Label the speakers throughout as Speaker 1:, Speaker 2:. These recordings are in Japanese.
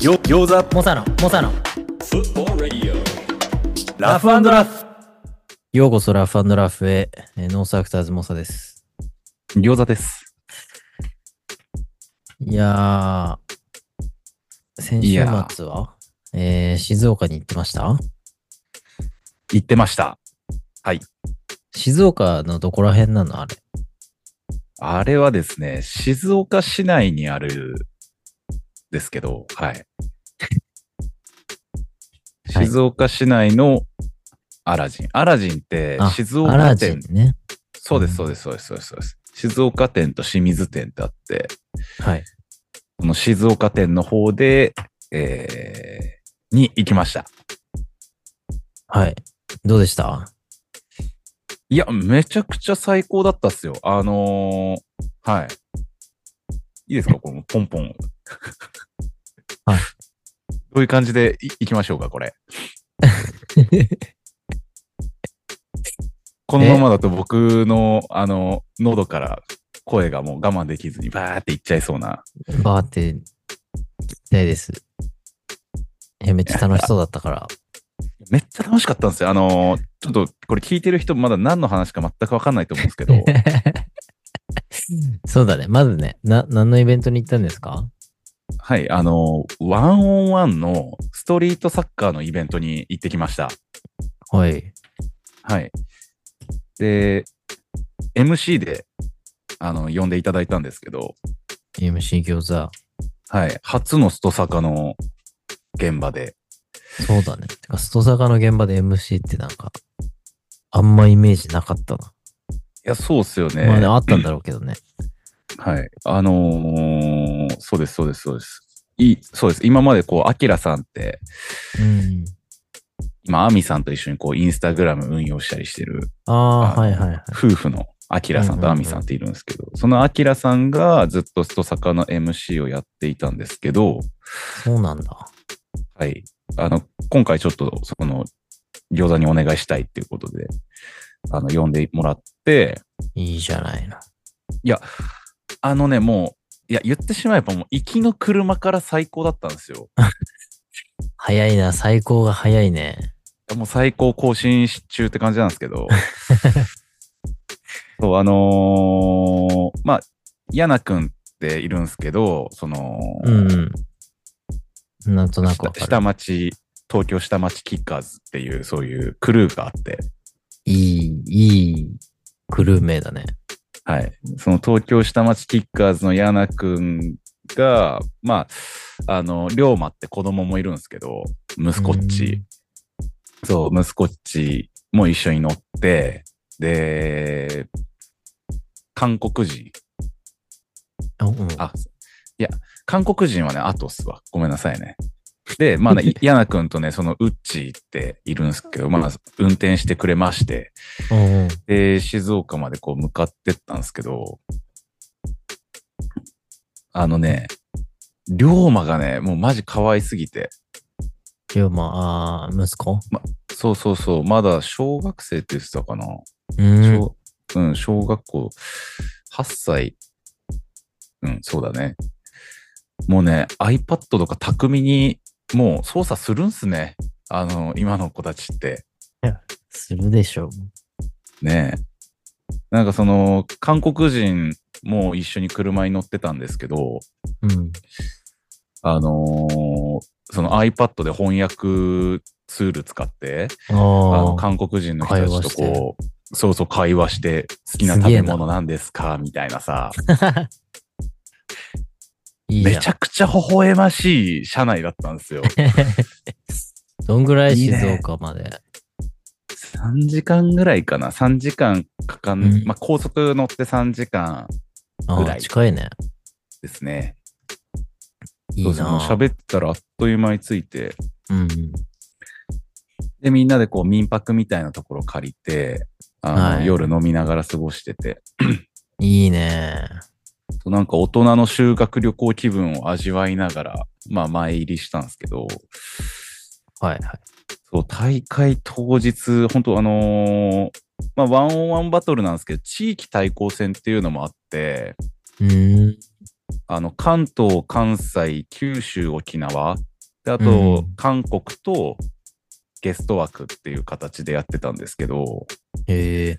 Speaker 1: よ餃子
Speaker 2: モサノモサノ
Speaker 3: Football Radio.
Speaker 1: ラフラフ
Speaker 2: ようこそラフラフへ、えーノースアクターズモサです
Speaker 1: 餃子です
Speaker 2: いやー先
Speaker 1: い
Speaker 2: 週
Speaker 1: や
Speaker 2: 末はえー、静岡に行ってました
Speaker 1: 言ってました
Speaker 2: 静岡のどこら辺なのあれ
Speaker 1: あれはですね静岡市内にあるですけどはい
Speaker 2: はい
Speaker 1: 静岡市内のアラジン、アラジンって
Speaker 2: あ
Speaker 1: 静
Speaker 2: ア
Speaker 1: 岡
Speaker 2: ラジ
Speaker 1: 店
Speaker 2: ンね
Speaker 1: そうですそうですそうですそうですそうです静岡店と清水店ってあって
Speaker 2: はい
Speaker 1: この静岡店の方で、えー、に行きました
Speaker 2: はいどうで した
Speaker 1: いや、めちゃくちゃ最高だったっすよ。あのーはい。いいですかこのポンポン。
Speaker 2: はい。
Speaker 1: どういう感じでいいきましょうかこれ。このままだと僕の、あの、喉から声がもう我慢できずにバーっていっちゃいそうな。
Speaker 2: バーって聞きたいですいやめっちゃ楽しそうだった から
Speaker 1: めっちゃ楽しかったんですよ。あのーちょっとこれ聞いてる人まだ何の話か全くわかんないと思うんですけ ど。
Speaker 2: そうだねまずねな何のイベントに行ったんですか
Speaker 1: はい、あの、ワンオンワンのストリートサッカーのイベントに行ってきました。
Speaker 2: はい
Speaker 1: はい。で、MC で、あの、呼んでいただいたんですけど、
Speaker 2: MC 餃子
Speaker 1: はい、初のストサカの現場で、
Speaker 2: そうだね。てか、ストサカの現場で MC ってなんか、あんまイメージなかったな。
Speaker 1: いや、そうっすよね。
Speaker 2: まあね、あったんだろうけどね。
Speaker 1: はい。あのーそうです、そうです、そうです。いい、そうです。今までこう、アキラさんって、
Speaker 2: うん。
Speaker 1: 今、アミさんと一緒にこう、インスタグラム運用したりしてる
Speaker 2: あ
Speaker 1: あ
Speaker 2: あ、
Speaker 1: の
Speaker 2: はいはいはい。
Speaker 1: 夫婦のアキラさんとアミさんっているんですけど、そのアキラさんがずっとストサカの MC をやっていたんですけど、
Speaker 2: そうなんだ。
Speaker 1: はい。あの、今回ちょっとその餃子にお願いしたいっていうことで、あの、呼んでもらって、
Speaker 2: いいじゃないの。
Speaker 1: いや、あのね、もう、いや、言ってしまえばもう行きの車から最高だったんですよ。
Speaker 2: 早いな、最高が早いね。
Speaker 1: もう最高更新中って感じなんですけど。 そう、あのーまあ、ヤナくんっているんですけど、その、
Speaker 2: うんうん。なんとなくわ
Speaker 1: 下
Speaker 2: かる。
Speaker 1: 下町、東京下町キッカーズっていう、そういうクルーがあって、
Speaker 2: いい、いい、クルー名だね。
Speaker 1: はい。その東京下町キッカーズのヤナくんが、まあ、あの、龍馬って子供もいるんですけど、息子っち、そう、息子っちも一緒に乗って、で、韓国人、
Speaker 2: うん。うん、
Speaker 1: あ、いや、韓国人はね、アトスは。ごめんなさいね。で、まあね、ヤナ君とね、そのウッチーっているんですけど、まあ、運転してくれまして、
Speaker 2: うんうん。
Speaker 1: で、静岡までこう向かってったんですけど、あのね、龍馬がね、もうマジ可愛すぎて、
Speaker 2: 龍馬、ああ、息子
Speaker 1: そうそうそう、まだ小学生って言ってたかな。
Speaker 2: うん。
Speaker 1: 小うん、小学校8歳。うん、そうだね。もうね、iPad とか巧みにもう操作するんすね。あの、今の子たちって。
Speaker 2: するでしょう。
Speaker 1: ねえなんかその、韓国人も一緒に車に乗ってたんですけど、
Speaker 2: うん。
Speaker 1: あのーその iPad で翻訳ツール使って、あの
Speaker 2: ああ。
Speaker 1: 韓国人の人たちと
Speaker 2: 会話
Speaker 1: こう、そうそう会話して、好きな
Speaker 2: す
Speaker 1: 食
Speaker 2: げ
Speaker 1: べ
Speaker 2: えな
Speaker 1: 物なんですかみたいなさ。
Speaker 2: いいじ
Speaker 1: め
Speaker 2: ゃん
Speaker 1: ちゃくちゃ微笑ましい車内だったん ですよ。
Speaker 2: どんぐらい
Speaker 1: いい
Speaker 2: 静
Speaker 1: ね
Speaker 2: 岡まで。
Speaker 1: 3時間ぐらいかな ?3 時間かかん、
Speaker 2: うん
Speaker 1: まあ高速乗って3時間
Speaker 2: あ
Speaker 1: ぐら
Speaker 2: あ、
Speaker 1: い
Speaker 2: 近いね。
Speaker 1: ですね。
Speaker 2: い
Speaker 1: そうで
Speaker 2: い
Speaker 1: すねも
Speaker 2: な
Speaker 1: う喋ったらあっという間に着いて、
Speaker 2: うんうん。
Speaker 1: で、みんなでこう民泊みたいなところ借りて、あの
Speaker 2: はい
Speaker 1: 夜飲みながら過ごしてて、
Speaker 2: いいね。
Speaker 1: そうなんか大人の修学旅行気分を味わいながら、まあ前入りしたんですけど、
Speaker 2: はいはい。
Speaker 1: そう、大会当日、本当あのーまあ、ワンオンワンバトルなんですけど、地域対抗戦っていうのもあって、
Speaker 2: うーん。
Speaker 1: あの、関東、関西、九州、沖縄、であと、
Speaker 2: うん
Speaker 1: 韓国とゲスト枠っていう形でやってたんですけど、
Speaker 2: へえ。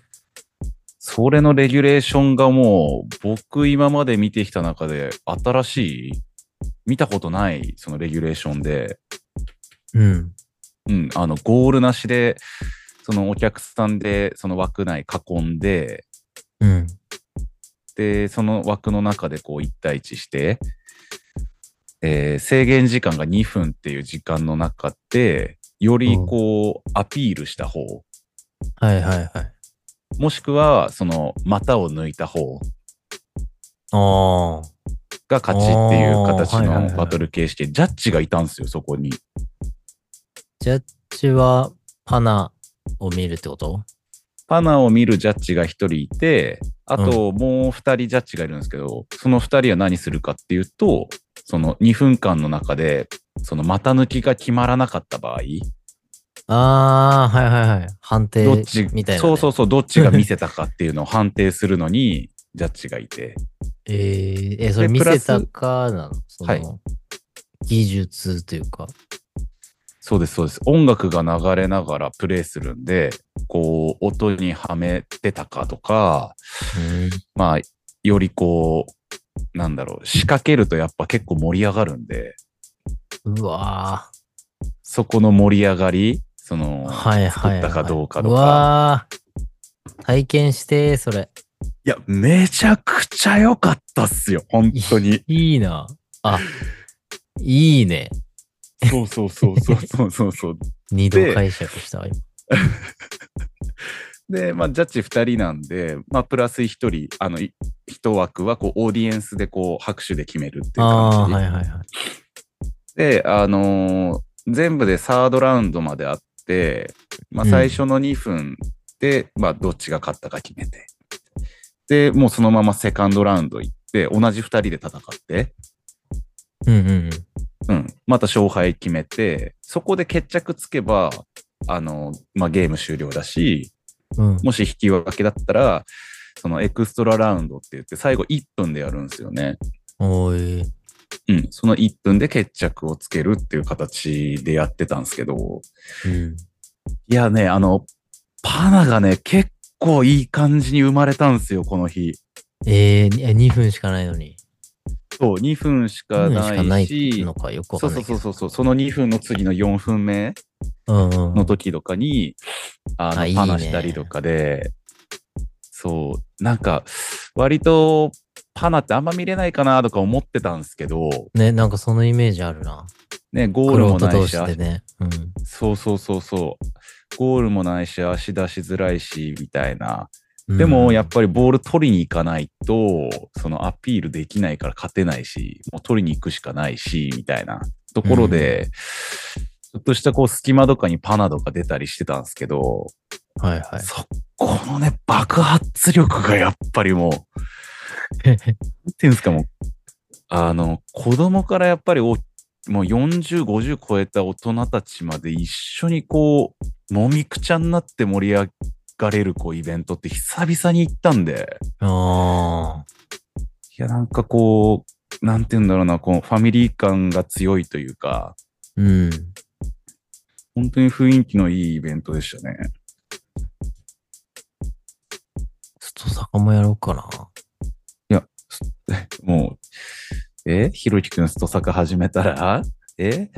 Speaker 1: それのレギュレーションがもう、僕今まで見てきた中で、新しい、見たことない、そのレギュレーションで、
Speaker 2: うん。
Speaker 1: うん、あの、ゴールなしで、そのお客さんで、その枠内囲んで、
Speaker 2: うん。
Speaker 1: で、その枠の中でこう一対一して、えー制限時間が2分っていう時間の中で、よりこう、アピールした方、
Speaker 2: はいはいはい。
Speaker 1: もしくは、その、股を抜いた方
Speaker 2: ああ。
Speaker 1: が勝ちっていう形
Speaker 2: あーはいはい
Speaker 1: の
Speaker 2: はい
Speaker 1: バトル形式で、ジャッジがいたんですよ、そこに。
Speaker 2: ジャッジはパナを見るってこと
Speaker 1: パナを見るジャッジが1人いて、あともう2人ジャッジがいるんですけど、その2人は何するかっていうと、その2分間の中で、その股抜きが決まらなかった場合、
Speaker 2: ああ、はいはいはい。判定
Speaker 1: どっち、
Speaker 2: みたいな、ね。
Speaker 1: そうそうそう、どっちが見せたかっていうのを判定するのに、 ジャッジがいて。
Speaker 2: えー、えそれ
Speaker 1: で
Speaker 2: 見
Speaker 1: プラ
Speaker 2: せ
Speaker 1: ス
Speaker 2: たかなのその、
Speaker 1: はい
Speaker 2: 技術というか。
Speaker 1: そうです、そうです。音楽が流れながらプレイするんで、こう、音にはめてたかとか、まあ、よりこう、なんだろう、仕掛けるとやっぱ結構盛り上がるんで、
Speaker 2: うわ
Speaker 1: そこの盛り上がり、その、
Speaker 2: ーはいはい、はい。
Speaker 1: 作ったかどうかとか
Speaker 2: うわー体験して、それ。。
Speaker 1: いや、めちゃくちゃ良かったっすよ、本当に
Speaker 2: いいな。あ、いいね。
Speaker 1: そうそうそうそうそうそうそう。
Speaker 2: 二度
Speaker 1: で
Speaker 2: 解釈したわ。今
Speaker 1: で、まあ、ジャッジ2人なんで、まあ、プラス1人、あの、い一枠は、こう、オーディエンスで、こう、拍手で決めるっていう
Speaker 2: あ
Speaker 1: 感
Speaker 2: あ
Speaker 1: じ。
Speaker 2: ー、はいはいはい。
Speaker 1: で、あのー全部でサードラウンドまであって、まあ、
Speaker 2: うん
Speaker 1: 最初の2分で、まあ、どっちが勝ったか決めて。で、もうそのままセカンドラウンド行って、同じ2人で戦って、
Speaker 2: うんうんうん。
Speaker 1: うん、また勝敗決めて、そこで決着つけば、あのーまあ、ゲーム終了だし、
Speaker 2: うん、
Speaker 1: もし引き分けだったら、そのエクストララウンドって言って、最後1分でやるんですよね。
Speaker 2: おい。
Speaker 1: うん。その1分で決着をつけるっていう形でやってたんですけど、
Speaker 2: うん、
Speaker 1: いやね、あの、パナがね、結構いい感じに生まれたんですよ、この日。
Speaker 2: えー、え、2分しかないのに。
Speaker 1: そう、2分し
Speaker 2: 2
Speaker 1: か
Speaker 2: 分しかな
Speaker 1: ない
Speaker 2: い
Speaker 1: し、
Speaker 2: のかよくわ
Speaker 1: そ
Speaker 2: か
Speaker 1: うんそう
Speaker 2: ないけど。
Speaker 1: そうそうそう、その2分の次の4分目
Speaker 2: うんうんうん
Speaker 1: の時とかに、あ
Speaker 2: あいい
Speaker 1: の、
Speaker 2: ね
Speaker 1: パナしたりとかで、そう、なんか、割と、パナってあんま見れないかなとか思ってたんですけど、
Speaker 2: ね、なんかそのイメージあるな。
Speaker 1: ね、ゴール
Speaker 2: 黒
Speaker 1: も
Speaker 2: 人
Speaker 1: ない
Speaker 2: 同
Speaker 1: し、
Speaker 2: 士
Speaker 1: あ
Speaker 2: でね。うん。
Speaker 1: そうそうそうそう、ゴールもないし、足出しづらいし、みたいな。
Speaker 2: うん
Speaker 1: でも、やっぱりボール取りに行かないと、そのアピールできないから勝てないし、もう取りに行くしかないし、みたいなところで、ちょっとしたこう隙間とかにパナとか出たりしてたんですけど、
Speaker 2: はいはい。
Speaker 1: そこのね、爆発力がやっぱりもう、 なんていうんですかもう、あの、子供からやっぱりお、もう40、50超えた大人たちまで一緒にこう、もみくちゃになって盛り上がれるこうイベントって久々に行ったんで、
Speaker 2: あ
Speaker 1: いや、なんかこう、なんていうんだろうな、こう、ファミリー感が強いというか、
Speaker 2: ーうん。
Speaker 1: 本当に雰囲気のいいイベントでしたね。
Speaker 2: 外坂もやろうかな。
Speaker 1: もう、えひろきくん、ストサカ始めたらえ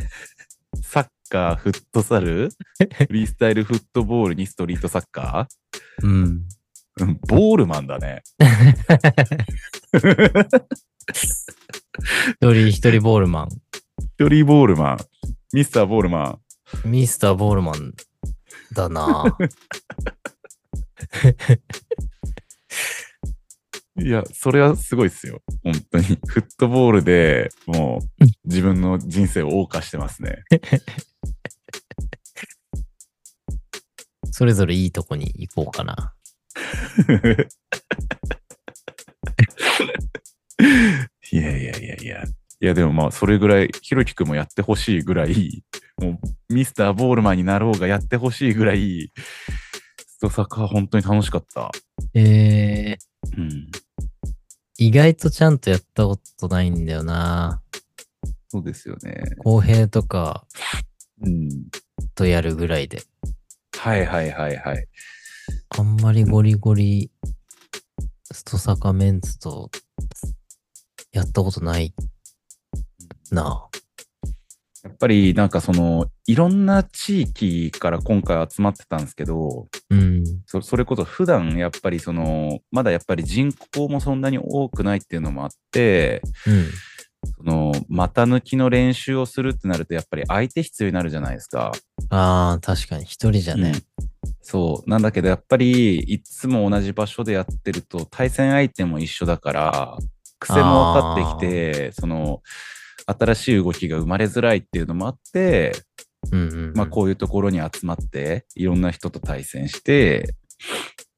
Speaker 1: サッカー、フットサルフリースタイルフットボールにストリートサッカ
Speaker 2: うん。
Speaker 1: ーうんボールマンだね。
Speaker 2: 一人一人ボールマ
Speaker 1: 一人ボールマン。ミスターボールマ
Speaker 2: ン。ミスターボールマンだな。
Speaker 1: ン。いや、それはすごいっすよ。本当に。フットボールでもう自分の人生を謳歌してますね。
Speaker 2: それぞれいいとこに行こうかな。
Speaker 1: いやいやいやいや。いやでもまあそれぐらい、ひろきくんもやってほしいぐらい、もうミスターボールマンになろうがやってほしいぐらい、ストサカは本当に楽しかった。
Speaker 2: えー、
Speaker 1: うん。
Speaker 2: 意外とちゃんとやったことないんだよな。
Speaker 1: そうですよね。
Speaker 2: 公平とか
Speaker 1: うん。
Speaker 2: とやるぐらいで。
Speaker 1: はいはいはいはい。
Speaker 2: あんまりゴリゴリ、ストサカメンツとやったことないな。
Speaker 1: やっぱりなんかその、いろんな地域から今回集まってたんですけど、
Speaker 2: うん。
Speaker 1: そそれこそ普段やっぱりその、まだやっぱり人口もそんなに多くないっていうのもあって、
Speaker 2: うん。
Speaker 1: その、股抜きの練習をするってなると、やっぱり相手必要になるじゃないですか。
Speaker 2: ああ、確かに一人じゃね。
Speaker 1: うんそう。なんだけど、やっぱり、いつも同じ場所でやってると、対戦相手も一緒だから、癖も分かってきて、その、新しい動きが生まれづらいっていうのもあって、
Speaker 2: うん、うんうん。
Speaker 1: まあ、こういうところに集まって、いろんな人と対戦して、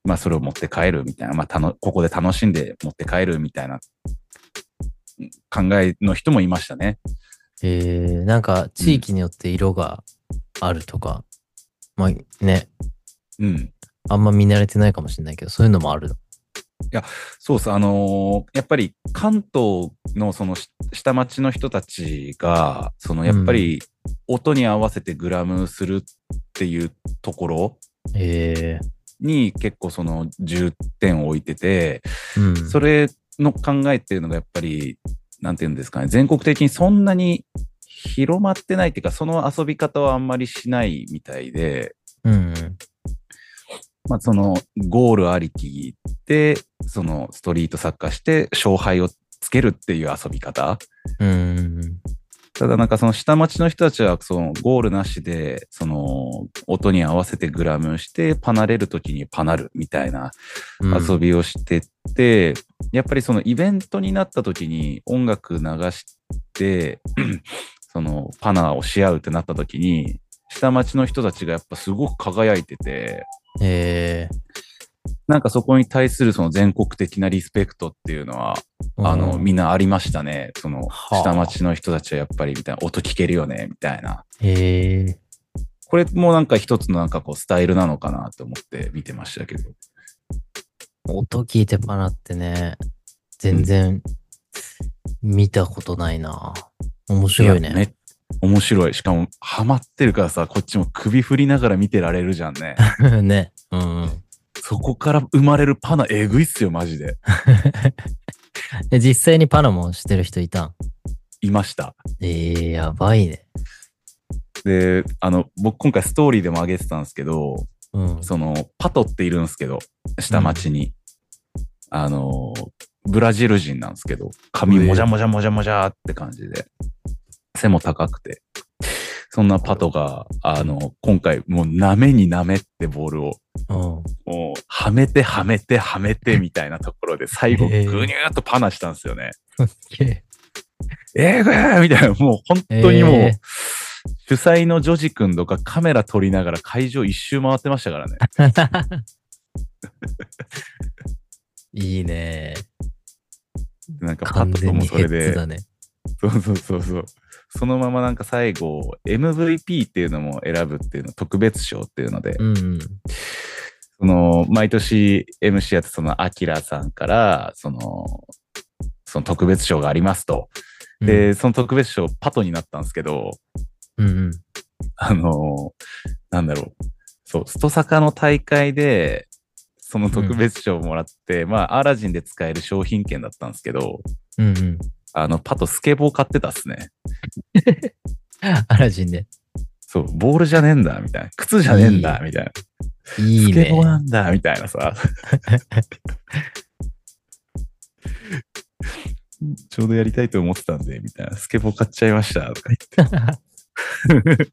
Speaker 1: まあ、それを持って帰るみたいな、まあ、たのここで楽しんで持って帰るみたいな考えの人もいましたね。
Speaker 2: えー、なんか地域によって色があるとか、まあね、
Speaker 1: うん。
Speaker 2: あんま見慣れてないかもしれないけど、そういうのもあるの。
Speaker 1: そうそう、あのーやっぱり関東のそのし下町の人たちが、そのやっぱり音に合わせてグラムするっていうところ
Speaker 2: え
Speaker 1: に結構その重点を置いてて、
Speaker 2: ー、うん。
Speaker 1: それの考えっていうのがやっぱり、なんていうんですかね、全国的にそんなに広まってないっていうか、その遊び方はあんまりしないみたいで、
Speaker 2: うんうん。
Speaker 1: まあ、そのゴールありきでそのストリートサッカーして勝敗をつけるっていう遊び方
Speaker 2: うんうん
Speaker 1: ただなんかその下町の人たちはそのゴールなしでその音に合わせてグラムしてパナれる時にパナるみたいな
Speaker 2: うん。
Speaker 1: 遊びをしてって、やっぱりそのイベントになった時に音楽流して、 そのパナーをし合うってなった時に、下町の人たちがやっぱすごく輝いてて、
Speaker 2: え
Speaker 1: なんかそこに対するその全国的なリスペクトっていうのは、
Speaker 2: ー、
Speaker 1: あの、
Speaker 2: うん
Speaker 1: みんなありましたね。その、
Speaker 2: はあ
Speaker 1: 下町の人たちはやっぱりみたいな、音聞けるよね、みたいな。
Speaker 2: えー、
Speaker 1: これもなんか一つのなんかこうスタイルなのかなと思って見てましたけど。
Speaker 2: 音聞いてパナってね、全然見たことないな。面白い
Speaker 1: やめ
Speaker 2: ね。
Speaker 1: っ面白い。しかも、ハマってるからさ、こっちも首振りながら見てられるじゃん ね。
Speaker 2: ね。うんうん。
Speaker 1: そこから生まれるパナ、えぐいっすよ、マジで。
Speaker 2: え実際にパナもしてる人いたん
Speaker 1: いました。
Speaker 2: えー、やばいね。
Speaker 1: で、あの、僕今回ストーリーでも上げてたんですけど、
Speaker 2: うん。
Speaker 1: その、パトっているんですけど、下町に。あの、ブラジル人なんですけど、髪もじゃもじゃもじゃもじゃって感じで、背も高くて。そんなパトが、あの、今回もう舐めに舐めってボールを
Speaker 2: うん。
Speaker 1: もう、はめて、はめて、はめて、みたいなところで、最後、
Speaker 2: へー
Speaker 1: ぐにゅーっとパナしたんですよね。
Speaker 2: え
Speaker 1: えー、ぐーみたいな、もう、本当にもう、
Speaker 2: へー
Speaker 1: 主催のジョジ君とかカメラ撮りながら会場一周回ってましたからね。
Speaker 2: いいね。
Speaker 1: なんか、パ
Speaker 2: 完
Speaker 1: ッと
Speaker 2: 全
Speaker 1: も
Speaker 2: に
Speaker 1: そ
Speaker 2: ヘ
Speaker 1: れ
Speaker 2: ッズ
Speaker 1: で、
Speaker 2: だね。
Speaker 1: そうそうそうそう。そのままなんか最後、MVP っていうのも選ぶっていうの、特別賞っていうので、
Speaker 2: うんうん。
Speaker 1: その、毎年 MC やってその、アキラさんから、その、その特別賞がありますと。で、その特別賞、パトになったんですけど、
Speaker 2: うん、うんうん。
Speaker 1: あのーなんだろう。そう、ストサカの大会で、その特別賞をもらって、まあ、アラジンで使える商品券だったんですけど、
Speaker 2: うんうん。
Speaker 1: あの、パトスケボー買ってたっすね。
Speaker 2: アラジンね。
Speaker 1: そう、ボールじゃねえんだ、みたいな。靴じゃねえんだ、
Speaker 2: い
Speaker 1: みたいな。
Speaker 2: いい
Speaker 1: スケ
Speaker 2: ね
Speaker 1: ボ。ーなんだ、みたいなさ。 ちょうどやりたいと思ってたんで、みたいな。スケボー買っちゃいました、とか言って。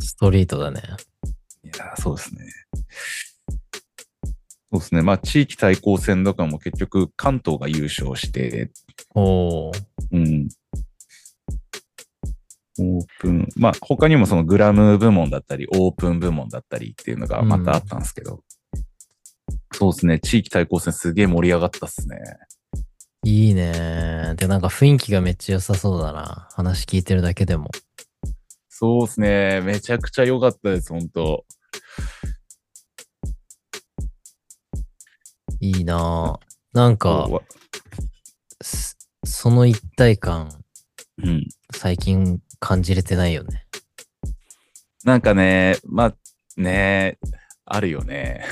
Speaker 2: ストリートだね。
Speaker 1: いやー、そうですね。そうですね。まあ、地域対抗戦とかも結局、関東が優勝して、
Speaker 2: おお。
Speaker 1: うん。オープン、まあ、他にもそのグラム部門だったり、オープン部門だったりっていうのがまたあったんですけど、そうですね。地域対抗戦すげえ盛り上がったっすね。
Speaker 2: いいね。で、なんか雰囲気がめっちゃ良さそうだな。話聞いてるだけでも。
Speaker 1: そうですね。めちゃくちゃ良かったです、本当
Speaker 2: いいなぁなんか、すその一体感、
Speaker 1: うん。
Speaker 2: 最近感じれてないよね。
Speaker 1: なんかね、まあ、ね、あるよ ね。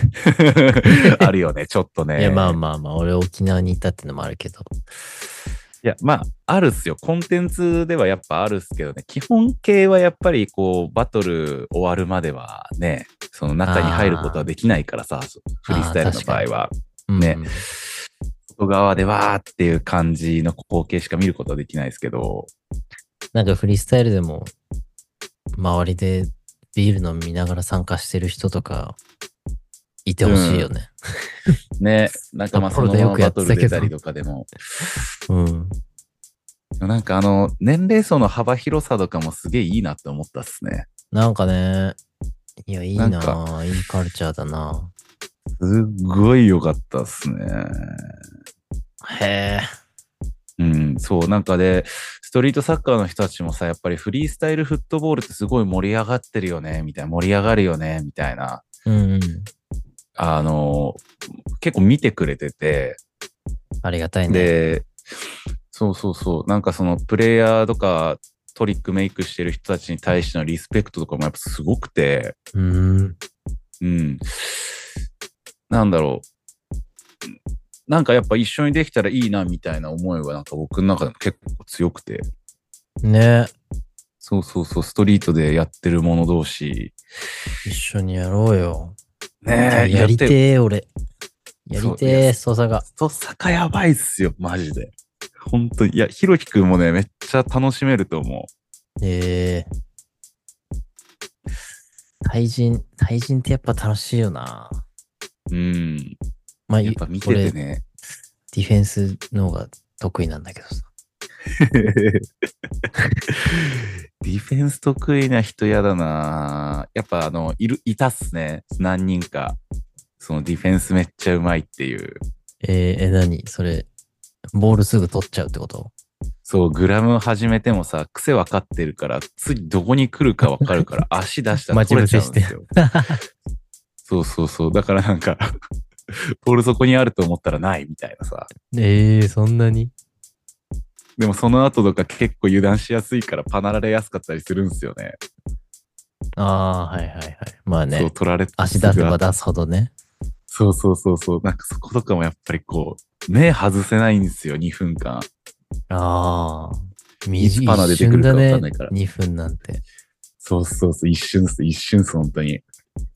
Speaker 1: あるよね、ちょっとね。
Speaker 2: いや、まあまあまあ、俺沖縄に行ったってのもあるけど。
Speaker 1: いや、まあ、あるっすよ。コンテンツではやっぱあるっすけどね、基本形はやっぱりこう、バトル終わるまではね、その中に入ることはできないからさ、フリースタイルの場合は。
Speaker 2: うん
Speaker 1: ね外側でわーっていう感じの光景しか見ることはできないですけど、
Speaker 2: なんかフリースタイルでも、周りでビール飲みながら参加してる人とか、いてほしいよね。
Speaker 1: ね、なんかまあ
Speaker 2: 札
Speaker 1: その
Speaker 2: 幌で
Speaker 1: ま
Speaker 2: よ
Speaker 1: ま
Speaker 2: くや
Speaker 1: バ
Speaker 2: っ
Speaker 1: ト
Speaker 2: てた
Speaker 1: ル
Speaker 2: けど
Speaker 1: 出たりとかでも、
Speaker 2: うん。
Speaker 1: でもなんかあの、年齢層の幅広さとかもすげえいいなって思ったっすね。
Speaker 2: なんかね、いや、いいな
Speaker 1: なん
Speaker 2: ぁいいカルチャーだな
Speaker 1: すっごい良かったっすね。
Speaker 2: ぁへえ。
Speaker 1: うん、そう、なんかで、ストリートサッカーの人たちもさ、やっぱりフリースタイルフットボールってすごい盛り上がってるよね、みたいな、盛り上がるよね、みたいな、
Speaker 2: うんうん。
Speaker 1: あの、結構見てくれてて、
Speaker 2: ありがたいね。
Speaker 1: で、そうそうそう、なんかそのプレイヤーとかトリックメイクしてる人たちに対してのリスペクトとかもやっぱすごくて、
Speaker 2: うん。
Speaker 1: うん。なんだろう。なんかやっぱ一緒にできたらいいなみたいな思いはなんか僕の中でも結構強くて。
Speaker 2: ね。
Speaker 1: そうそうそう、ストリートでやってる者同士。
Speaker 2: 一緒にやろうよ。
Speaker 1: ねえ、
Speaker 2: やり
Speaker 1: え。
Speaker 2: てえ、俺。やりてえ、操作が。
Speaker 1: と坂やばいっすよ、マジで。本当に。いや、ひろきくんもね、めっちゃ楽しめると思
Speaker 2: ええ対人、対人ってやっぱ楽しいよな
Speaker 1: う。うん。
Speaker 2: まあ、
Speaker 1: やっぱ見てて
Speaker 2: 俺
Speaker 1: ね。
Speaker 2: ディフェンスの方が得意なんだけどさ。
Speaker 1: ディフェンス得意な人嫌だなやっぱあの、いる、いたっすね。何人か。そのディフェンスめっちゃうまいっていう。
Speaker 2: えー、え、何それ、ボールすぐ取っちゃうってこと
Speaker 1: そう、グラム始めてもさ、癖分かってるから、次どこに来るか分かる から、足出したら取れちゃうんですよ。そうそうそう。だからなんか、ボールそこにあると思ったらないみたいなさ。
Speaker 2: ええそんなに
Speaker 1: でもその後とか結構油断しやすいから、パナられやすかったりするんですよね。
Speaker 2: ああ、はいはいはい。まあ
Speaker 1: そ
Speaker 2: ね
Speaker 1: う、、取られて
Speaker 2: 足出せば
Speaker 1: だ。
Speaker 2: 出すほどね。
Speaker 1: そうそうそうそう。なんかそことかもやっぱりこう、目外せないんですよ、2分間。
Speaker 2: ああ、
Speaker 1: いつパナ出てくるか分かんないから
Speaker 2: 2分なんて。
Speaker 1: そうそうそう、一瞬っす、一瞬っす、本当に。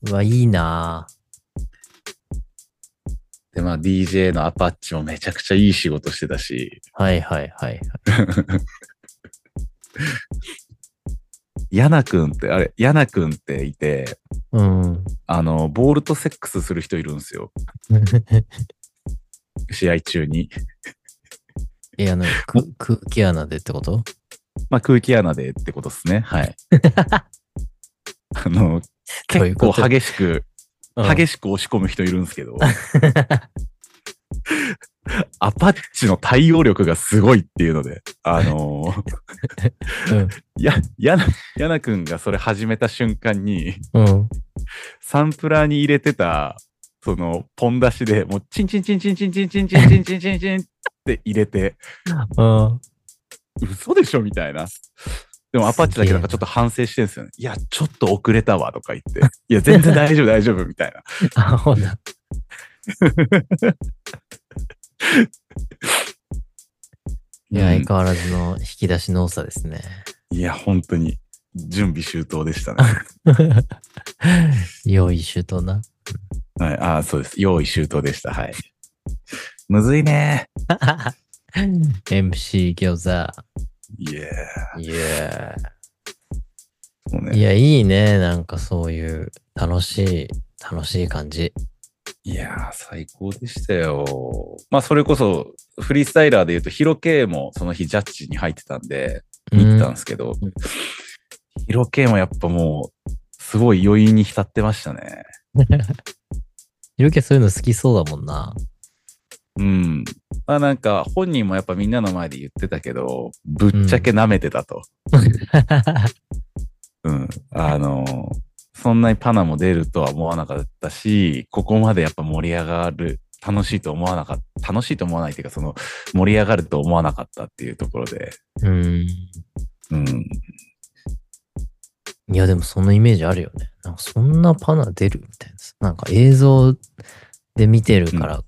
Speaker 2: うわ、いいな
Speaker 1: で、まあ DJ のアパッチもめちゃくちゃいい仕事してたし。
Speaker 2: ぁはいはいはい。
Speaker 1: ヤナ君って、あれ、ヤナ君っていて、
Speaker 2: うん。
Speaker 1: あの、ボールとセックスする人いるんですよ。試合中に。
Speaker 2: え、あの、く空気穴でってこと
Speaker 1: まあ、空気穴でってことですね。 はい。あの、
Speaker 2: どう
Speaker 1: 結
Speaker 2: いうこ
Speaker 1: 構
Speaker 2: と
Speaker 1: 激しく、
Speaker 2: い。
Speaker 1: 激しく押し込む人いるんですけど、アパッチの対応力がすごいっていうので、あの、
Speaker 2: うん
Speaker 1: や、ヤナ、ヤナ君がそれ始めた瞬間に、
Speaker 2: うん。
Speaker 1: サンプラーに入れてた、その、ポン出しで、もう、チンチンチンチンチンチンチンチンチンチンチンチンって入れて、
Speaker 2: うん。
Speaker 1: 嘘でしょみたいな。でも、アパッチだけなんかちょっと反省してるんですよね。いや、ちょっと遅れたわとか言って、いや、全然大丈夫、大丈夫みたいな。
Speaker 2: あ、ほら。いや、
Speaker 1: うん
Speaker 2: 相変わらずの引き出しの多さです ね。
Speaker 1: いや、本当に、準備周到でしたね。
Speaker 2: 用意周到な。
Speaker 1: はい、ああ、そうです。用意周到でした。はい。むずいね。
Speaker 2: MC 餃
Speaker 1: いや
Speaker 2: 子。いや
Speaker 1: そうね。
Speaker 2: いや、いいね。なんかそういう楽しい、楽しい感じ。
Speaker 1: いやー、最高でしたよ。まあ、それこそ、フリースタイラーで言うと、ヒロケもその日ジャッジに入ってたんで、
Speaker 2: うん
Speaker 1: 見てたんですけど
Speaker 2: うん、
Speaker 1: ヒロケもやっぱもう、すごい余韻に浸ってましたね。
Speaker 2: ひろきはそういうの好きそうだもんな。
Speaker 1: うん。まあなんか、本人もやっぱみんなの前で言ってたけど、ぶっちゃけ舐めてたと。うん。あのー、そんなにパナも出るとは思わなかったし、ここまでやっぱ盛り上がる楽しいと思わなかった、楽しいと思わないっていうか、その、盛り上がると思わなかったっていうところで、
Speaker 2: うん。
Speaker 1: うん、
Speaker 2: いや、でもそのイメージあるよね。なんかそんなパナ出るみたいなさ。なんか映像で見てるから、
Speaker 1: うん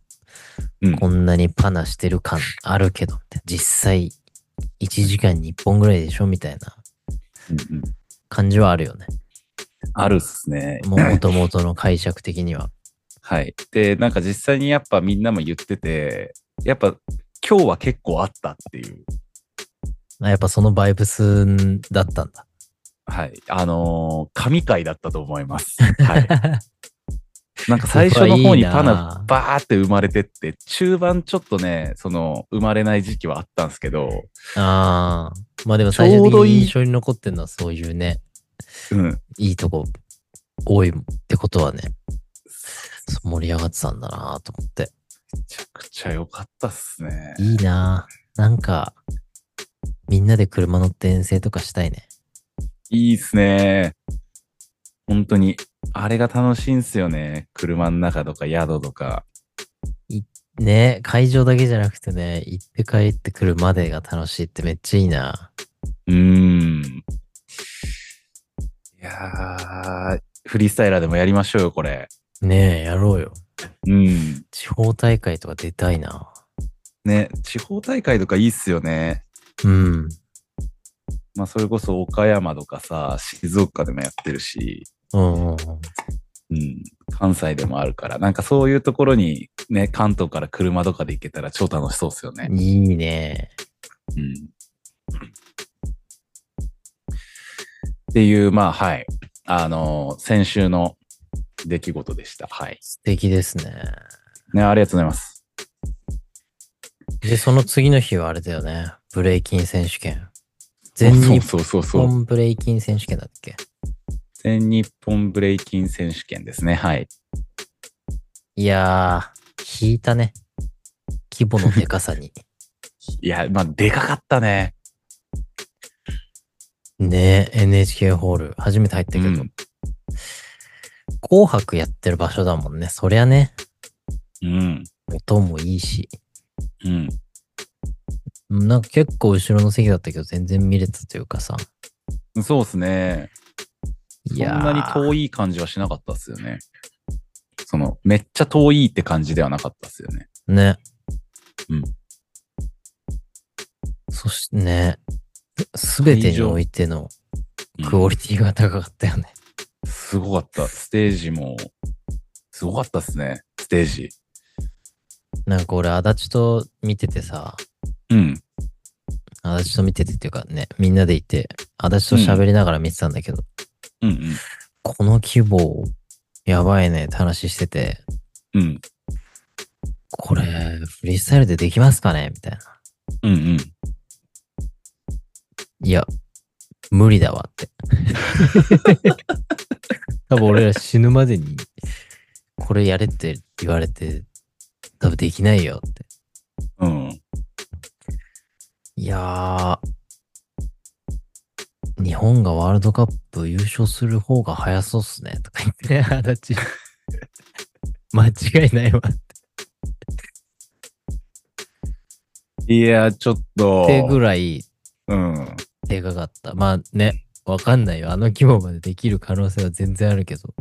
Speaker 2: こんなにパナしてる感あるけど、みたいな実際、1時間に1本ぐらいでしょみたいな
Speaker 1: うんうん
Speaker 2: 感じはあるよね。
Speaker 1: あるっすね。
Speaker 2: もともとの解釈的には。
Speaker 1: はい。で、なんか実際にやっぱみんなも言ってて、やっぱ今日は結構あったっていう。
Speaker 2: あやっぱそのバイブスだったんだ。
Speaker 1: はい。あのー神回だったと思います。はい。なんか最初の
Speaker 2: そこは
Speaker 1: 方
Speaker 2: いい
Speaker 1: に
Speaker 2: な
Speaker 1: パナバーって生まれてって、中盤ちょっとね、その生まれない時期はあったんですけど、
Speaker 2: ああ。まあでも最
Speaker 1: ち
Speaker 2: 終
Speaker 1: ょう
Speaker 2: 的
Speaker 1: どい
Speaker 2: に
Speaker 1: い
Speaker 2: 印象に残ってるのはそういうね、
Speaker 1: うん。
Speaker 2: いいとこ多いってことはね、そう盛り上がってたんだなと思って。
Speaker 1: めちゃくちゃ良かったっすね。
Speaker 2: いいなぁなんか、みんなで車乗って遠征とかしたいね。
Speaker 1: いいっすね。本当に。あれが楽しいんすよね。車の中とか宿とか。
Speaker 2: ね会場だけじゃなくてね、行って帰ってくるまでが楽しいってめっちゃいいな
Speaker 1: うーん。いやー、フリースタイラーでもやりましょうよ、これ。
Speaker 2: ねえ、やろうよ。
Speaker 1: うん。
Speaker 2: 地方大会とか出たいな
Speaker 1: ね、地方大会とかいいっすよね。
Speaker 2: うん。
Speaker 1: まあ、それこそ岡山とかさ、静岡でもやってるし、
Speaker 2: うんうんうん。
Speaker 1: うん、関西でもあるから、なんかそういうところに、ね、関東から車とかで行けたら超楽しそうっすよね。
Speaker 2: いいね。
Speaker 1: うん。っていう、まあ、はい。あの先週の出来事でした。はい。
Speaker 2: 素敵ですね。
Speaker 1: ね、ありがとうございます。
Speaker 2: で、その次の日はあれだよね。ブレイキン選手権。全日
Speaker 1: そうそうそうそう。
Speaker 2: 本ブレイキン選手権だっけ
Speaker 1: 全日本ブレイキン選手権ですね。はい。
Speaker 2: いやー、引いたね。規模のでかさに。
Speaker 1: いや、まあ、でかかったね。
Speaker 2: ねえ、NHK ホール。初めて入ったけど、
Speaker 1: うん
Speaker 2: 紅白やってる場所だもんね。そりゃね、
Speaker 1: うん。
Speaker 2: 音もいいし。
Speaker 1: うん。
Speaker 2: なんか結構後ろの席だったけど、全然見れたというかさ。
Speaker 1: そうですね。そ
Speaker 2: い
Speaker 1: ん
Speaker 2: やー
Speaker 1: なに遠い感じはしなかったっすよね。その、めっちゃ遠いって感じではなかったっすよね。
Speaker 2: ね。
Speaker 1: うん。
Speaker 2: そしてね、すべてにおいてのクオリティが高かったよね。
Speaker 1: すごかった。ステージも、すごかったっすね。ステージ。
Speaker 2: なんか俺、足立と見ててさ、
Speaker 1: うん。
Speaker 2: 足立と見ててっていうかね、みんなでいて、足立と喋りながら見てたんだけど、
Speaker 1: うん
Speaker 2: この規模、やばいねって話してて、
Speaker 1: うん。うん。
Speaker 2: これ、フリースタイルでできますかねみたいな。
Speaker 1: うんうん。
Speaker 2: いや、無理だわって。 多分俺ら死ぬまでに、これやれって言われて、多分できないよって。
Speaker 1: うん。
Speaker 2: いやー、日本がワールドカップ優勝する方が早そうっすね、とか言ってね、足立。 間違いないわっ
Speaker 1: いや、ちょっと。
Speaker 2: てぐらい
Speaker 1: うん。
Speaker 2: でかかった。まあね、わかんないよ。あの規模までできる可能性は全然あるけど。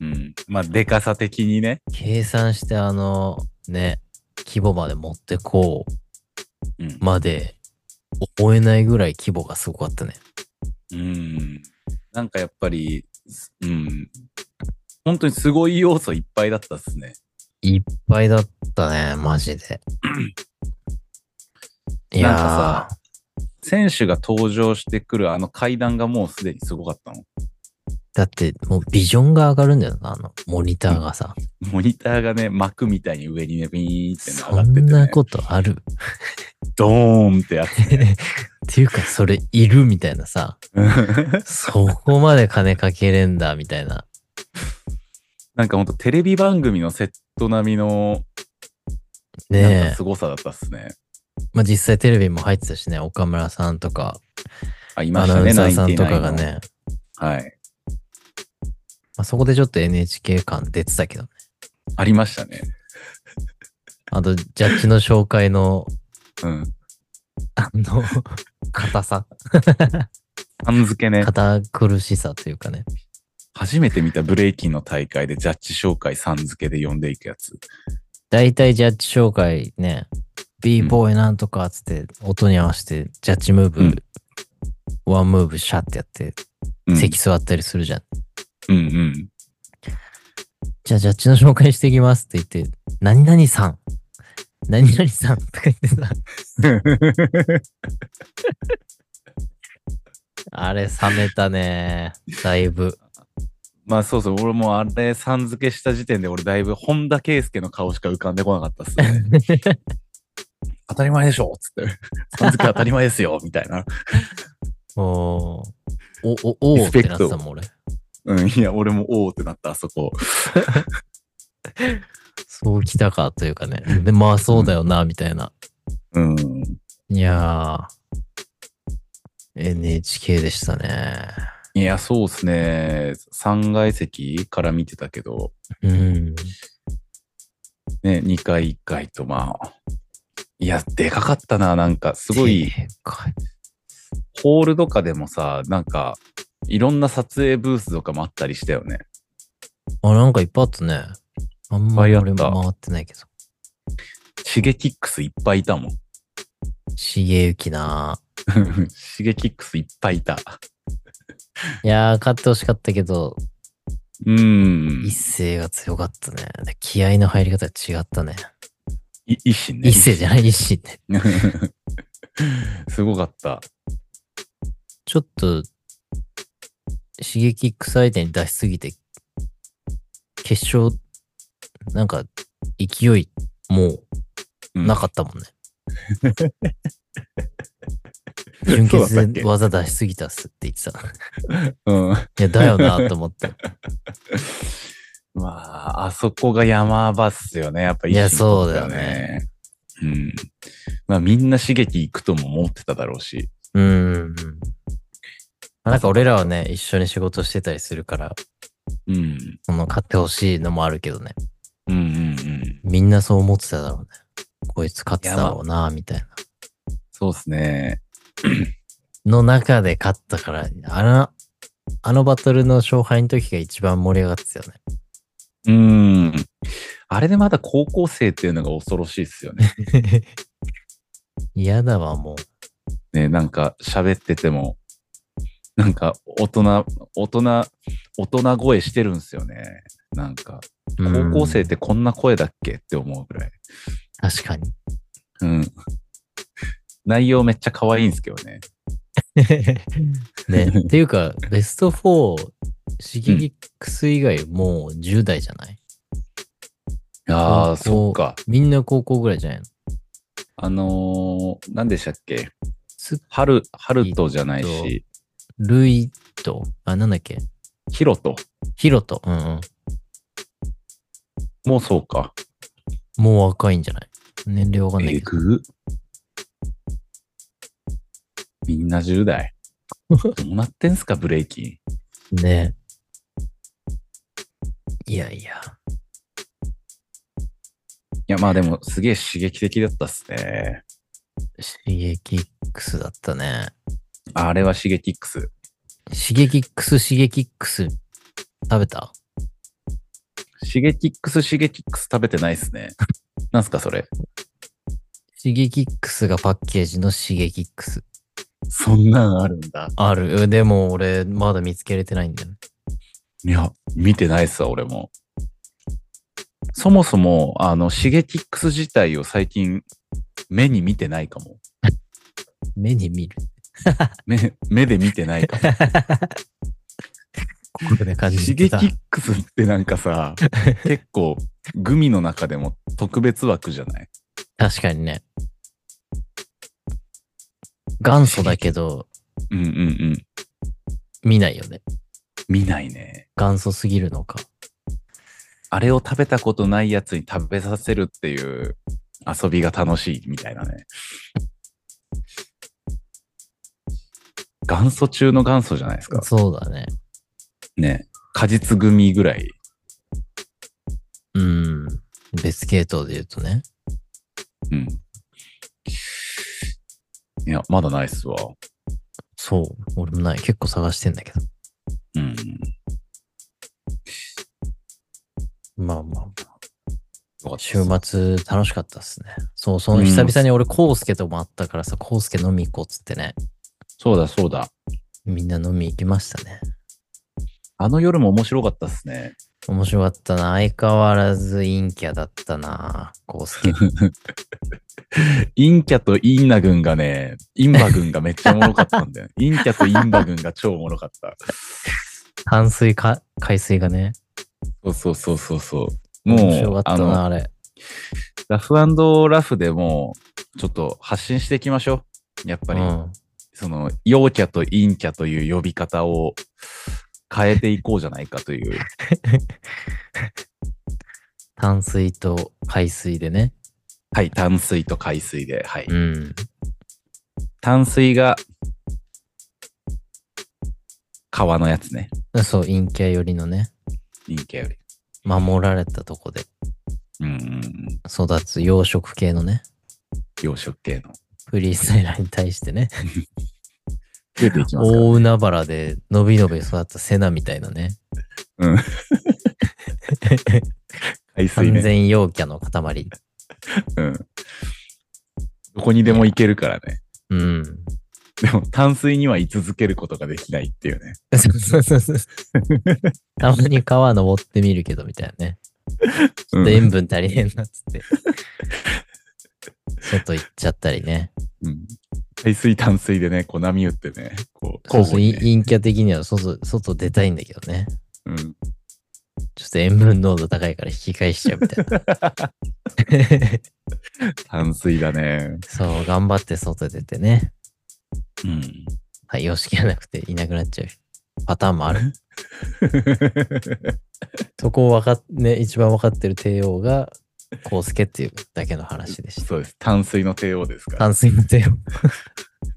Speaker 1: うん。まあ、でかさ的にね。
Speaker 2: 計算してあの、ね、規模まで持ってこう
Speaker 1: うん。
Speaker 2: まで思えないぐらい規模がすごかったね。
Speaker 1: うん。なんかやっぱり、すうん。本当にすごい要素いっぱいだったっすね。
Speaker 2: いっぱいだったね、マ ジで。いや
Speaker 1: なんか
Speaker 2: ー
Speaker 1: さ選手が登場してくるあの階段がもうすでにすごかったの。
Speaker 2: だってもうビジョンが上がるんだよな、あの、モニターがさ。
Speaker 1: モニターがね、幕みたいに上にね、ビーンってね上
Speaker 2: そ
Speaker 1: がってて、
Speaker 2: ん
Speaker 1: ね。
Speaker 2: なことある
Speaker 1: ドーンってやつね。
Speaker 2: っていうか、それいるみたいなさ。そこまで金かけれんだ、みたいな。
Speaker 1: なんかほんとテレビ番組のセット並みの、なん
Speaker 2: ね
Speaker 1: か
Speaker 2: え。
Speaker 1: 凄さだったっすね。
Speaker 2: まあ、実際テレビも入ってたしね、岡村さんとか、
Speaker 1: あ、いま
Speaker 2: ア
Speaker 1: し
Speaker 2: ナ
Speaker 1: た
Speaker 2: ウ
Speaker 1: ね、
Speaker 2: ンサーさんとか
Speaker 1: 99
Speaker 2: が
Speaker 1: の。
Speaker 2: ね。
Speaker 1: はい。
Speaker 2: まあ、そこでちょっと NHK 感出てたけどね。
Speaker 1: ありましたね。
Speaker 2: あと、ジャッジの紹介の、
Speaker 1: うん。
Speaker 2: あの、硬さ、
Speaker 1: さん付けね。
Speaker 2: 堅苦しさというかね。
Speaker 1: 初めて見たブレイキンの大会でジャッジ紹介さん付けで呼んでいくやつ。
Speaker 2: 大体ジャッジ紹介ね、b ボーイなんとかっつって、音に合わせて、ジャッジムーブ、
Speaker 1: うん
Speaker 2: ワンムーブシャってやって、
Speaker 1: うん、
Speaker 2: 席座ったりするじゃん。
Speaker 1: うんうん。
Speaker 2: じゃあ、ジャッジの紹介してきますって言って、何々さん、何々さんとか言ってさ、 あれ、冷めたね。だいぶ。
Speaker 1: まあそうそう、俺もうあれさん付けした時点で俺だいぶ本田圭佑の顔しか浮かんでこなかったっす ね。当たり前でしょっつって。さん付け当たり前ですよみたいな。
Speaker 2: もう、お、お、おーってなってたもん、俺。
Speaker 1: うん、いや、俺もおおってなった、あそこ。
Speaker 2: そう来たかというかね。で、まあ、そうだよな、みたいな。
Speaker 1: うん。
Speaker 2: いやー、NHK でしたね。
Speaker 1: いや、そうっすね。3階席から見てたけど、
Speaker 2: う
Speaker 1: ね、
Speaker 2: ん。
Speaker 1: 2階、1階とまあ。いや、でかかったな、なんか、すご い。
Speaker 2: でかい
Speaker 1: ホールとかでもさ、なんか、いろんな撮影ブースとかもあったりしたよね。
Speaker 2: あ、なんかいっぱいあったね。あんまり俺
Speaker 1: いっぱいあ
Speaker 2: も
Speaker 1: った
Speaker 2: 回ってないけど。
Speaker 1: シゲキックスいっぱいいたもん。
Speaker 2: しげゆきな
Speaker 1: シゲキックスいっぱいいた。
Speaker 2: いやー、勝ってほしかったけど、
Speaker 1: うん。
Speaker 2: 一世が強かったね。で気合の入り方違ったね。
Speaker 1: い一心ね。
Speaker 2: 一世じゃない、一心ね。
Speaker 1: ゃすごかった。
Speaker 2: ちょっと、刺激相手に出しすぎて、決勝、なんか、勢い、も
Speaker 1: う
Speaker 2: うんなかったもんね。
Speaker 1: そうだったっ
Speaker 2: 純潔
Speaker 1: け
Speaker 2: で技出しすぎたっすって言ってた。
Speaker 1: うん。
Speaker 2: いや、だよなと思って。
Speaker 1: まあ、あそこが山場っすよね。やっぱ
Speaker 2: いや
Speaker 1: 一心
Speaker 2: そうだよね。
Speaker 1: うん。まあみんな刺激行くとも思ってただろうし。
Speaker 2: うーん。なんか俺らはね、一緒に仕事してたりするから、
Speaker 1: うん。
Speaker 2: その、買ってほしいのもあるけどね。
Speaker 1: うんうんうん。
Speaker 2: みんなそう思ってただろうね。こいつ勝ってただろうなみたいな。
Speaker 1: そうっすね。
Speaker 2: の中で勝ったから、あの、あのバトルの勝敗の時が一番盛り上がってたよね。
Speaker 1: うん。あれでまだ高校生っていうのが恐ろしいっすよね。
Speaker 2: 嫌だわ、も
Speaker 1: ね、なんか喋ってても、なんか大人、大人、大人声してるんすよね。なんか、
Speaker 2: う。うん
Speaker 1: 高校生ってこんな声だっけって思うぐらい。
Speaker 2: 確 かに。
Speaker 1: うん。内容めっちゃ可愛いんすけどね。
Speaker 2: ね。っていうか、ベスト4、シゲギックス以外もう10代じゃない、
Speaker 1: ああ、
Speaker 2: 高校
Speaker 1: そっか。
Speaker 2: みんな高校ぐらいじゃないの
Speaker 1: あのー、何でしたっけ
Speaker 2: す
Speaker 1: 春、春とじゃないし、
Speaker 2: ルイと、あ、なんだっけ
Speaker 1: ヒロト
Speaker 2: ヒロと。うんうん。
Speaker 1: もうそうか。
Speaker 2: もう若いんじゃない年齢わかんない
Speaker 1: え
Speaker 2: けど。
Speaker 1: ぐみんな10代。 どうなってんすか、ブレイキ
Speaker 2: ねいやい
Speaker 1: ン。
Speaker 2: や。
Speaker 1: いや、まあでも、すげえ刺激的だったっすね。
Speaker 2: シゲキックスだったね。
Speaker 1: あれはシゲキックス。
Speaker 2: シゲキックス、シゲキックス。食べた
Speaker 1: シゲキックス、シゲキックス食べてないっすね。 なんすか、それ。
Speaker 2: シゲキックスがパッケージのシゲキックス。
Speaker 1: そんなんあるんだ。
Speaker 2: ある。でも俺、まだ見つけれてないんだよね。
Speaker 1: いや、見てないっすわ、俺も。そもそも、あの、シゲキックス自体を最近、目に見てないかも。
Speaker 2: 目に見る。
Speaker 1: 目、目で見てないかも。
Speaker 2: こんな感
Speaker 1: シ
Speaker 2: じ
Speaker 1: ゲ
Speaker 2: で
Speaker 1: キ
Speaker 2: た。
Speaker 1: ックスってなんかさ、結構、グミの中でも特別枠じゃない
Speaker 2: 確かにね。元祖だけど、
Speaker 1: うんうんうん。
Speaker 2: 見ないよね。
Speaker 1: 見ないね。
Speaker 2: 元祖すぎるのか。
Speaker 1: あれを食べたことないやつに食べさせるっていう遊びが楽しいみたいなね。元祖中の元祖じゃないですか。
Speaker 2: そうだね。
Speaker 1: ね。果実組ぐらい
Speaker 2: うん。別系統で言うとね。
Speaker 1: うん。いや、まだないっすわ。
Speaker 2: そう。俺もない。結構探してんだけど。
Speaker 1: うん。
Speaker 2: まあまあ、
Speaker 1: よかったっす
Speaker 2: 週末楽しかったっすね。そう、その久々に俺、コウスケとも会ったからさ、コウスケ飲み行こうっつってね。
Speaker 1: そうだ、そうだ。
Speaker 2: みんな飲み行きましたね。
Speaker 1: あの夜も面白かったっすね。
Speaker 2: 面白かったな。相変わらず陰キャだったな。コウスケ。
Speaker 1: 陰キャとインナ軍がね、インバ軍がめっちゃおもろかったんだよ。陰キャとインバ軍が超おもろかった。
Speaker 2: 淡水か、海水がね。
Speaker 1: そうそうそうそうそう。
Speaker 2: 面白
Speaker 1: もう、
Speaker 2: かっ
Speaker 1: あ
Speaker 2: た
Speaker 1: の
Speaker 2: な、、あれ。
Speaker 1: ラフラフでもう、ちょっと発信していきましょう。やっぱり、
Speaker 2: うん。
Speaker 1: その、陽キャと陰キャという呼び方を変えていこうじゃないかと いう。
Speaker 2: 淡水と海水でね。
Speaker 1: はい、淡水と海水で。はい。
Speaker 2: うん。
Speaker 1: 淡水が、川のやつね。
Speaker 2: そう、陰キャ寄りのね、
Speaker 1: 陰キャより。
Speaker 2: 守られたとこで
Speaker 1: うんうんうん。
Speaker 2: 育つ養殖系のね、
Speaker 1: 養殖系の。
Speaker 2: フリースタイラーに対してね、
Speaker 1: 出ていきますから。
Speaker 2: 大海原でのびのび育ったセナみたいなね、
Speaker 1: うん。海水
Speaker 2: 完
Speaker 1: ね。
Speaker 2: 全陽キャの塊。
Speaker 1: うん。どこにでも行けるからね。
Speaker 2: うん。
Speaker 1: でも淡水には居続けることができないっていうね。
Speaker 2: そうそうそうそうたまに川登ってみるけどみたいなね。ちょっと塩分足りねえなっつ って。外行っちゃったりね。
Speaker 1: うん。海水淡水でね、こう波打ってね、こう
Speaker 2: そう
Speaker 1: 交
Speaker 2: そう
Speaker 1: 互に、
Speaker 2: 陰
Speaker 1: ね。
Speaker 2: 陰キャ的には外外出たいんだけどね。
Speaker 1: うん。
Speaker 2: ちょっと塩分濃度高いから引き返しちゃうみたい な。
Speaker 1: 淡水だね。
Speaker 2: そう、頑張って外出てね。
Speaker 1: うん。
Speaker 2: はい、よしきがなくていなくなっちゃうパターンもある。 そこをわかっ、ね、一番分かってる帝王が、コウスケっていうだけの話でした。
Speaker 1: そうです。淡水の帝王ですから。
Speaker 2: 淡水の帝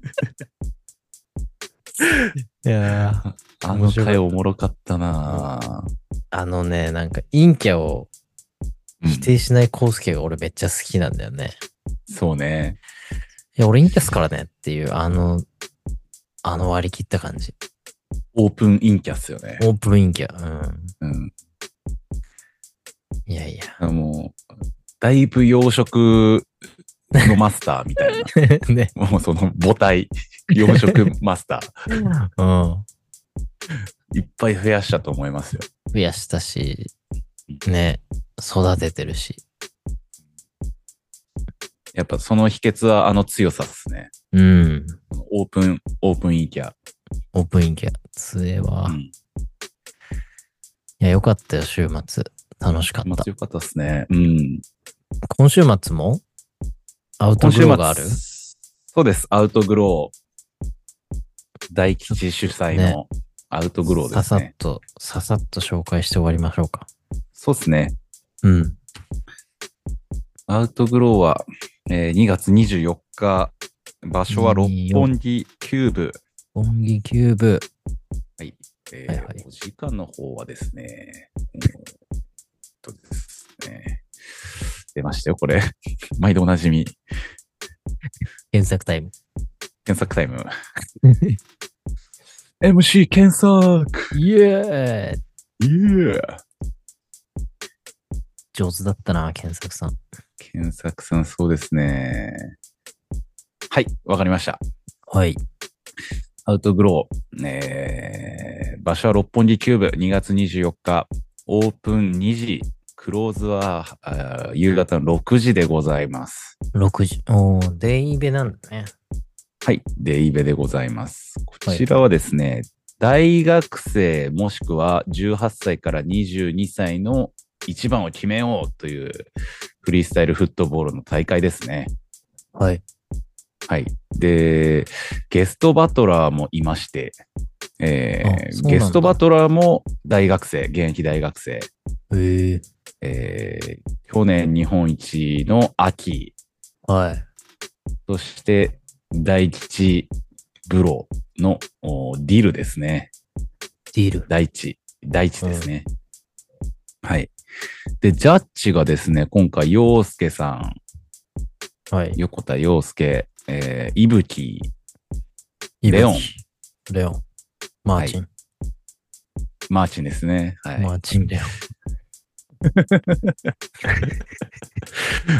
Speaker 2: 王。 いやー
Speaker 1: あの
Speaker 2: 面白かっ
Speaker 1: 回
Speaker 2: た
Speaker 1: おもろかったなぁ
Speaker 2: あのね、なんか陰キャを
Speaker 1: うん
Speaker 2: 否定しないコウスケが俺めっちゃ好きなんだよね。
Speaker 1: そうね。
Speaker 2: いや、俺陰キャっすからねっていう、あの、あの割り切った感 じ。
Speaker 1: オープンインキャっすよね。
Speaker 2: オープン陰キャ。う
Speaker 1: う
Speaker 2: ん。
Speaker 1: ん。
Speaker 2: いやい や。
Speaker 1: あもう、だいぶ養殖のマスターみたいな。
Speaker 2: ね。
Speaker 1: もうその母体、養殖マスター、
Speaker 2: うん。
Speaker 1: いっぱい増やしたと思いますよ。
Speaker 2: 増やしたし、ね、育ててるし。
Speaker 1: やっぱその秘訣はあの強さっすね。
Speaker 2: うん。
Speaker 1: オープン、オープンインキャ。
Speaker 2: オープンインキャ、強えわ。
Speaker 1: う
Speaker 2: い
Speaker 1: ん。
Speaker 2: や、よかったよ、週末。楽しか
Speaker 1: ま
Speaker 2: った。
Speaker 1: 強かったっすね。うん。
Speaker 2: 今週末もアウトグローがある
Speaker 1: そうです。アウトグロー。大吉主催のアウトグローで
Speaker 2: さ
Speaker 1: す
Speaker 2: さ
Speaker 1: ね。
Speaker 2: っと、ささっと紹介して終わりましょうか。
Speaker 1: そうですね。
Speaker 2: うん。
Speaker 1: アウトグローは、えー2月24日、場所は六本木キューブ。
Speaker 2: 本気キューブ。
Speaker 1: えー
Speaker 2: はいはい
Speaker 1: お時間の方はですね、えーっとですね、出ましたよ、これ。 毎度おなじみ、
Speaker 2: 検索タイ ム。
Speaker 1: 検索タイム。MC 検索
Speaker 2: イエー
Speaker 1: イエ
Speaker 2: イ
Speaker 1: ー
Speaker 2: 上手だったな、検索さん。
Speaker 1: 検索さん、そうですね。はい、わかりました。
Speaker 2: はい。
Speaker 1: アウトグロー、えー場所は六本木キューブ、2月24日、オープン2時、クローズはあー夕方の6時でございます。
Speaker 2: 6時。おー、デイベなんだね。
Speaker 1: はい、デイベでございます。こちらはですね、大学生もしくは18歳から22歳の一番を決めようというフリースタイルフットボールの大会ですね。
Speaker 2: はい。
Speaker 1: はい。で、ゲストバトラーもいまして、えー
Speaker 2: あそうなんだ
Speaker 1: ゲストバトラーも大学生、現役大学生、
Speaker 2: へえ
Speaker 1: えー去年日本一の秋、
Speaker 2: はい。
Speaker 1: そして大吉ブロのおディルですね。
Speaker 2: ディール。
Speaker 1: 大地、大地ですね。はい。で、ジャッジがですね、今回、洋介さん、
Speaker 2: はい。
Speaker 1: 横田洋介、えー、伊吹、レオン
Speaker 2: いぶき。レオン。マーチン。
Speaker 1: マーチンですね。はい。
Speaker 2: マーチン、レオン。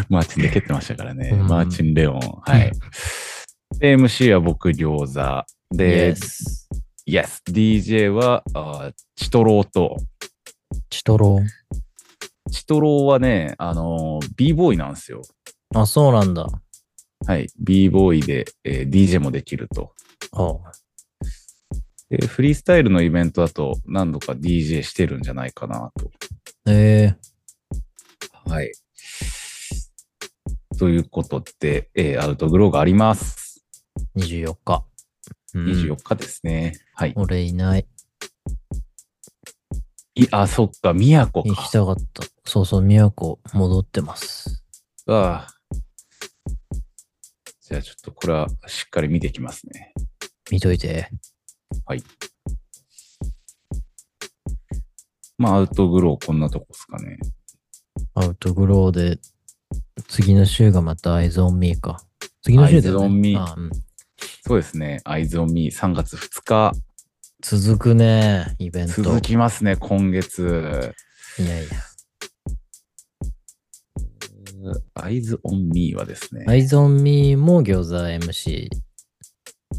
Speaker 1: マーチンで蹴ってましたからね。
Speaker 2: うん
Speaker 1: マーチン・レオン。はい。で、MC は僕、餃子。で、
Speaker 2: Yes
Speaker 1: Yes。DJ は、あーチトローと。
Speaker 2: チトロ
Speaker 1: チトローはね、あのー、b ボーイなんですよ。
Speaker 2: ー。あ、そうなんだ。
Speaker 1: はい。b ボーイで、えー DJ もできると。
Speaker 2: あ
Speaker 1: で、フリースタイルのイベントだと何度か DJ してるんじゃないかなと。
Speaker 2: え
Speaker 1: はい。ということで、えーアウトグローがあります。
Speaker 2: ー、24日。うん
Speaker 1: 24日ですね。はい。
Speaker 2: 俺いない。
Speaker 1: いあ、そっか、宮古
Speaker 2: 行
Speaker 1: か
Speaker 2: き。たかった。そうそう、宮古戻ってます。
Speaker 1: ああ。じゃあちょっとこれはしっかり見てきますね。
Speaker 2: 見といて。
Speaker 1: まあアウトグローこんなとこですかね。
Speaker 2: アウトグローで、次の週がまたアイズオンミーか。次の週だよ、ね。
Speaker 1: Eyes on me
Speaker 2: あうん
Speaker 1: そうですね。アイズオンミー3月2日
Speaker 2: 続くね、イベント。
Speaker 1: 続きますね、今月。
Speaker 2: いやいや。
Speaker 1: アイズオンミーはですね。
Speaker 2: アイズオンミーも餃子 MC。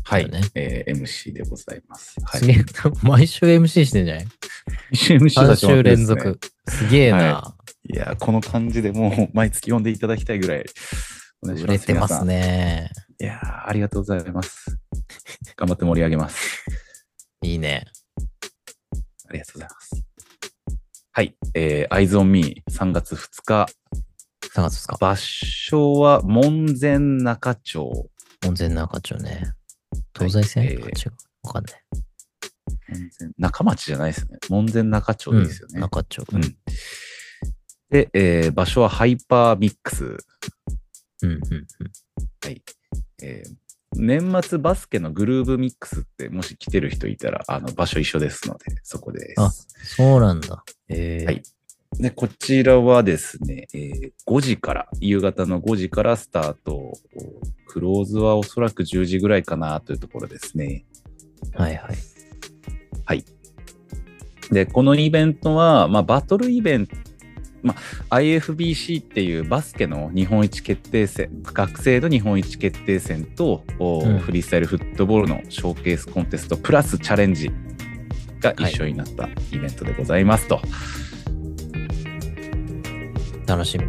Speaker 1: はい。
Speaker 2: そうだね
Speaker 1: えー MC でございます。は
Speaker 2: す
Speaker 1: い。
Speaker 2: げえ、毎週 MC してんじゃない
Speaker 1: MC
Speaker 2: 3
Speaker 1: たちも
Speaker 2: 週連
Speaker 1: ですね
Speaker 2: 続。すげえな。
Speaker 1: いや、この感じでもう毎月呼んでいただきたいぐらい。お願いし
Speaker 2: 売
Speaker 1: ます
Speaker 2: れてます。ね。
Speaker 1: 皆さんいやーありがとうございます。頑張って盛り上げます。
Speaker 2: いいね。
Speaker 1: ありがとうございます。はい。えー、Eyes on Me、3月2日。
Speaker 2: 3月ですか。
Speaker 1: 場所は門前仲町。
Speaker 2: 門前仲町ね。東西線、
Speaker 1: はいえー
Speaker 2: あ違う。わかんない。
Speaker 1: 門前中町じゃないですね。門前仲町
Speaker 2: うん
Speaker 1: ですよね。
Speaker 2: 仲町。
Speaker 1: うん。で、えー場所はハイパーミックス。
Speaker 2: うんうんうん。
Speaker 1: えー年末バスケのグルーブミックスって、もし来てる人いたら、あの、場所一緒ですので、そこです。
Speaker 2: あそうなんだ。えー
Speaker 1: はいで、こちらはですね、えー5時から、夕方の5時からスタート。クローズはおそらく10時ぐらいかなというところですね。
Speaker 2: はいはい。
Speaker 1: で、このイベントは、まあ、バトルイベント、まあ、IFBC っていうバスケの日本一決定戦、学生の日本一決定戦と、お
Speaker 2: うん
Speaker 1: フリースタイルフットボールのショーケースコンテスト、プラスチャレンジが一緒になったイベントでございますと。
Speaker 2: 楽しみ。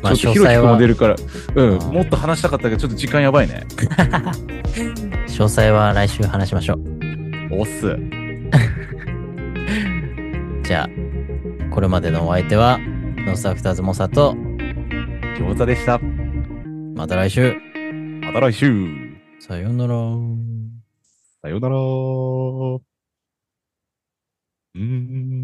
Speaker 1: ちょっとひろきくんも出るから、うん、
Speaker 2: あー
Speaker 1: もっと話したかったけど、ちょっと時間やばいね。
Speaker 2: 詳細は来週話しましょう。
Speaker 1: おっす。
Speaker 2: じゃあ、これまでのお相手は、ノースアクターズモサと、
Speaker 1: 餃子でした。
Speaker 2: また来週。
Speaker 1: また来週。
Speaker 2: さようなら。
Speaker 1: さようなら。うーん